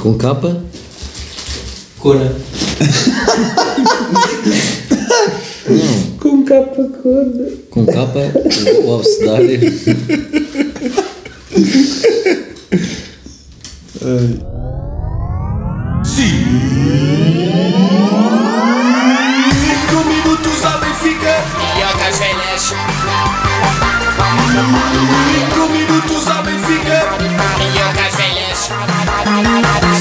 Com capa? Cona. Não. Com capa cona. Com capa, o abcedário. Cinco minutos a Benfica e outras velhas. Cinco minutos a Benfica e outras velhas.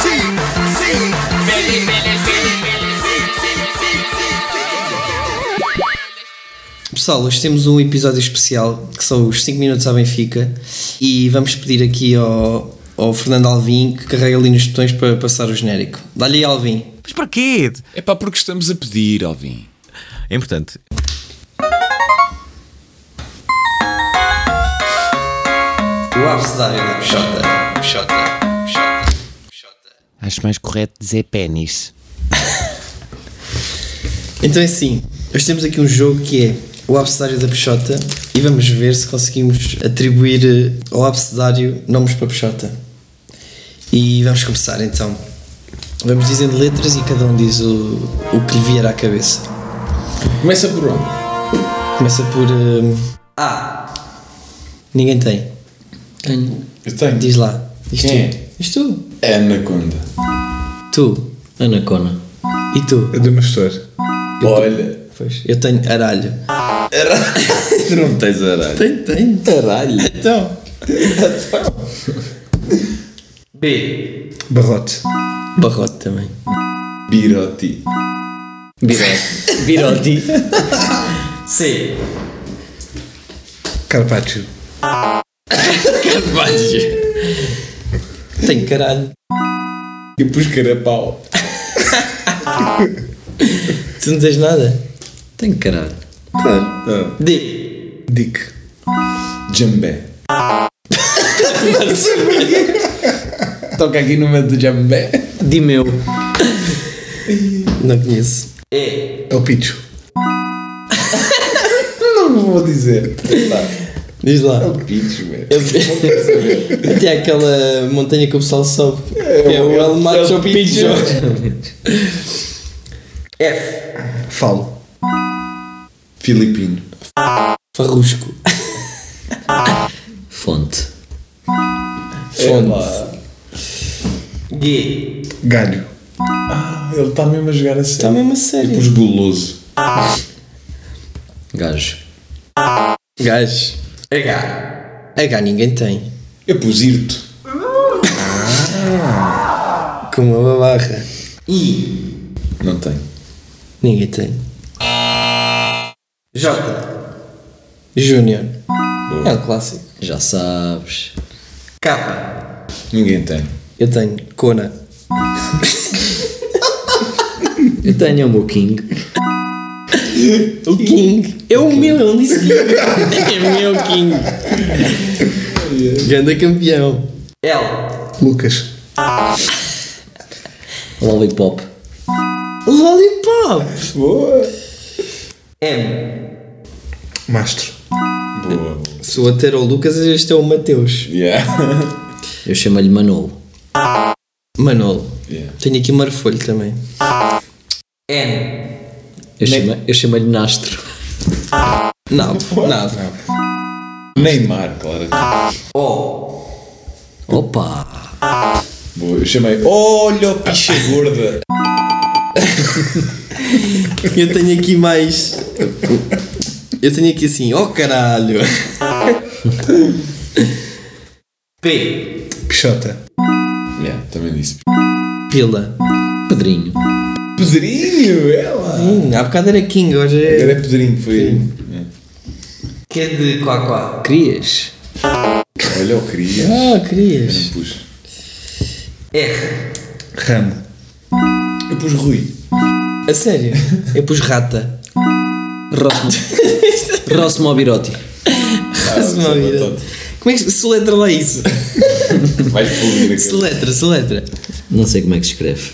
Sim, sim, velhas, velhas, velhas, velhas, sim, sim, sim, sim, sim, sim, sim. Pessoal, hoje temos um episódio especial que são os 5 minutos à Benfica e vamos pedir aqui ao, ao Fernando Alvim que carrega ali nos botões para passar o genérico. Dá-lhe aí, Alvim. Mas para quê? É pá, porque estamos a pedir, Alvin. É importante. O abcedário da Peixota. Peixota. Peixota. Peixota. Acho mais correto dizer pênis. Então é assim, hoje temos aqui um jogo que é o abcedário da Peixota e vamos ver se conseguimos atribuir eh, ao abcedário nomes para Peixota. E vamos começar então. Vamos dizendo letras e cada um diz o, o que lhe vier à cabeça. Começa por onde? Começa por hum, A. Ninguém tem. Tenho. Eu tenho. Diz lá. Diz Quem tu. é? Diz tu. É Anaconda. Tu. Anacona. E tu. É do Mastor. Olha. Pois. Eu tenho aralho. Tu não tens aralho. Tenho, tenho. Aralho? Então. B. Barrote. Barrote também. Biroti. Biroti. C. Carpaccio. Tenho caralho. E pus carapau. Tu não tens nada? Tenho caralho. Claro. D. Dick. Jambé. Toca aqui no meio do jambé. Di meu. Não conheço. É o Picho. não vou dizer. Diz lá. É o Picho, velho. Até há é aquela montanha que o pessoal sobe. que É o El Macho Picchu. F. Falo. Filipino. Farrusco. Fonte. Fonte. G. Galho. Ah, ele está mesmo a jogar a Está sério. tá mesmo a Eu sério. pus guloso. Gajo. Gajo. H. H ninguém tem. Eu pus irto. Com uma barra. I. Não tenho. Ninguém tem. J. Júnior. É um clássico. Já sabes. K. Ninguém tem. Eu tenho. Kona. Eu tenho o meu King. O King. É o meu, eu não disse King. É o meu King. Ganda campeão. L. Lucas. Lollipop. Lollipop. Boa. M. Mastro. Boa. Se o Atero Lucas, este é o Mateus. Yeah. Eu chamo-lhe Manolo. Manolo. Yeah. Tenho aqui Marfolho também. N. Eu chamo- eu chamo-lhe Nastro. Nabo. Nabo. Neymar, claro. O. Opa! Boa. Eu chamei. Olha o picha gorda. Eu tenho aqui mais. Eu tenho aqui assim, oh caralho. P. Pichota. Yeah, também disse. Pila. Pedrinho. Pedrinho, ela. Hum, há bocado era King, hoje é. Era Pedrinho, foi. Yeah. Que é de quá quá. Querias? Olha o queria. Ah, querias. Não pus. R. Ramo. Eu pus Rui. A sério? Eu pus rata. Rosmo. Rosmo Birotti. Faz-me uma vida. Como é que se letra lá isso? Vais poluir aqui. Se letra, se letra. Não sei como é que se escreve.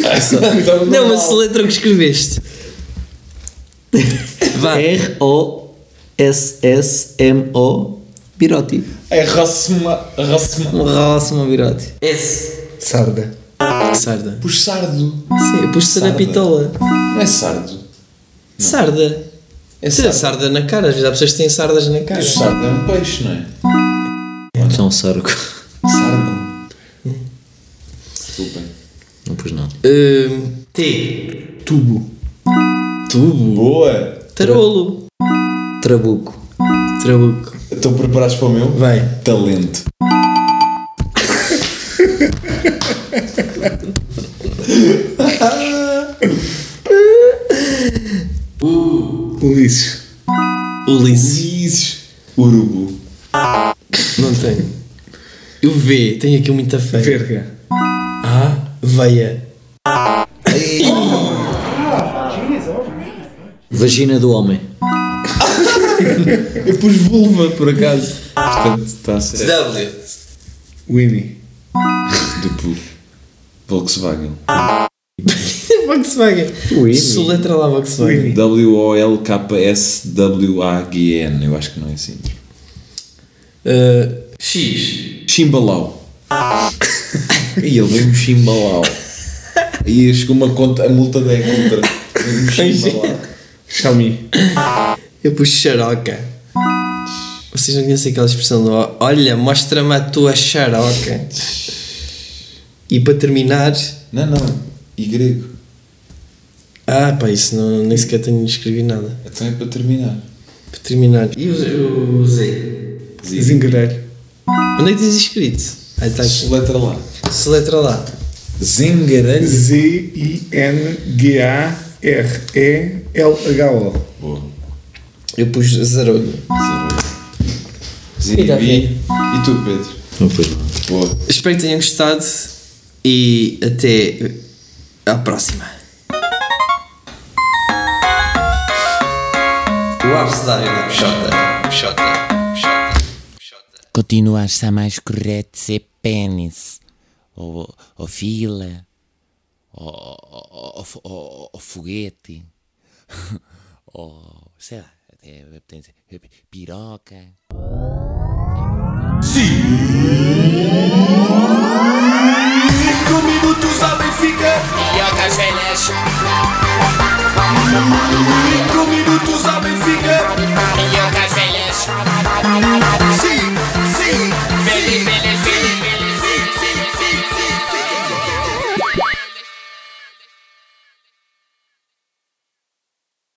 Então, Não, mas se letra o que escreveste. Vá. R-O-S-S-M-O Birotti. É Rossma. Rossma. Rossmo Birotti. S. Sarda. Sarda. Pus sardo. Sim, eu pus-te na Sarda. pitola. Não é sardo. Sarda. É Sarda. sardo. sarda na cara, já pessoas que têm sardas na cara. Mas o sardo é um peixe, não é? Então, sarco. Sargo. Desculpem. Não pus não. Hum, T. Tubo. Tubo. Boa! Tarolo. Trabuco. Trabuco. Estão Então preparados para o meu? Vai. Talento. Ulisses. Ulisses. Ulisses. Urubu. Não tenho. O V. Tenho aqui muita feia. Perca. A. Veia. Vagina do homem. Eu pus vulva, por acaso. Portanto, está a ser. W. Winnie. Dupu. Volkswagen. É Volkswagen. Soletra lá Volkswagen. W-O-L-K-S-W-A-G-N. Eu acho que não é assim. Uh, X. Chimbalau. e ele veio-me Chimbalau. E chegou uma conta, a multa da Encontra. Veio-me um Chimbalau. Xiaomi. Eu pus xaroca. Vocês não conhecem aquela expressão do Olha, mostra-me a tua xaroca. E para terminar. Não, não. E grego. Ah, pá, isso não, nem sequer tenho escrevi nada. Então é para terminar. Para terminar. E o Z? Zingareiro. Onde é que tens escrito? Ah, está aqui. Letra lá. Seletra lá. Zengarelho. Z-I-N-G-A-R-E-L-H-O. Boa. Eu pus zarolho. Zinibi. Fica aqui. E tu, Pedro? Não pus não. Boa. Espero que tenham gostado e até à próxima. O abecedário né? da Peixota. Peixota. Peixota. Peixota. Continua a achar mais correto ser pênis. Ou, ou fila. Ou, ou- ou fo- ou- ou foguete. ou sei lá. Até, tem- piroca. Cinco minutos a é Benfica. E outras velhas. Cinco minutos a é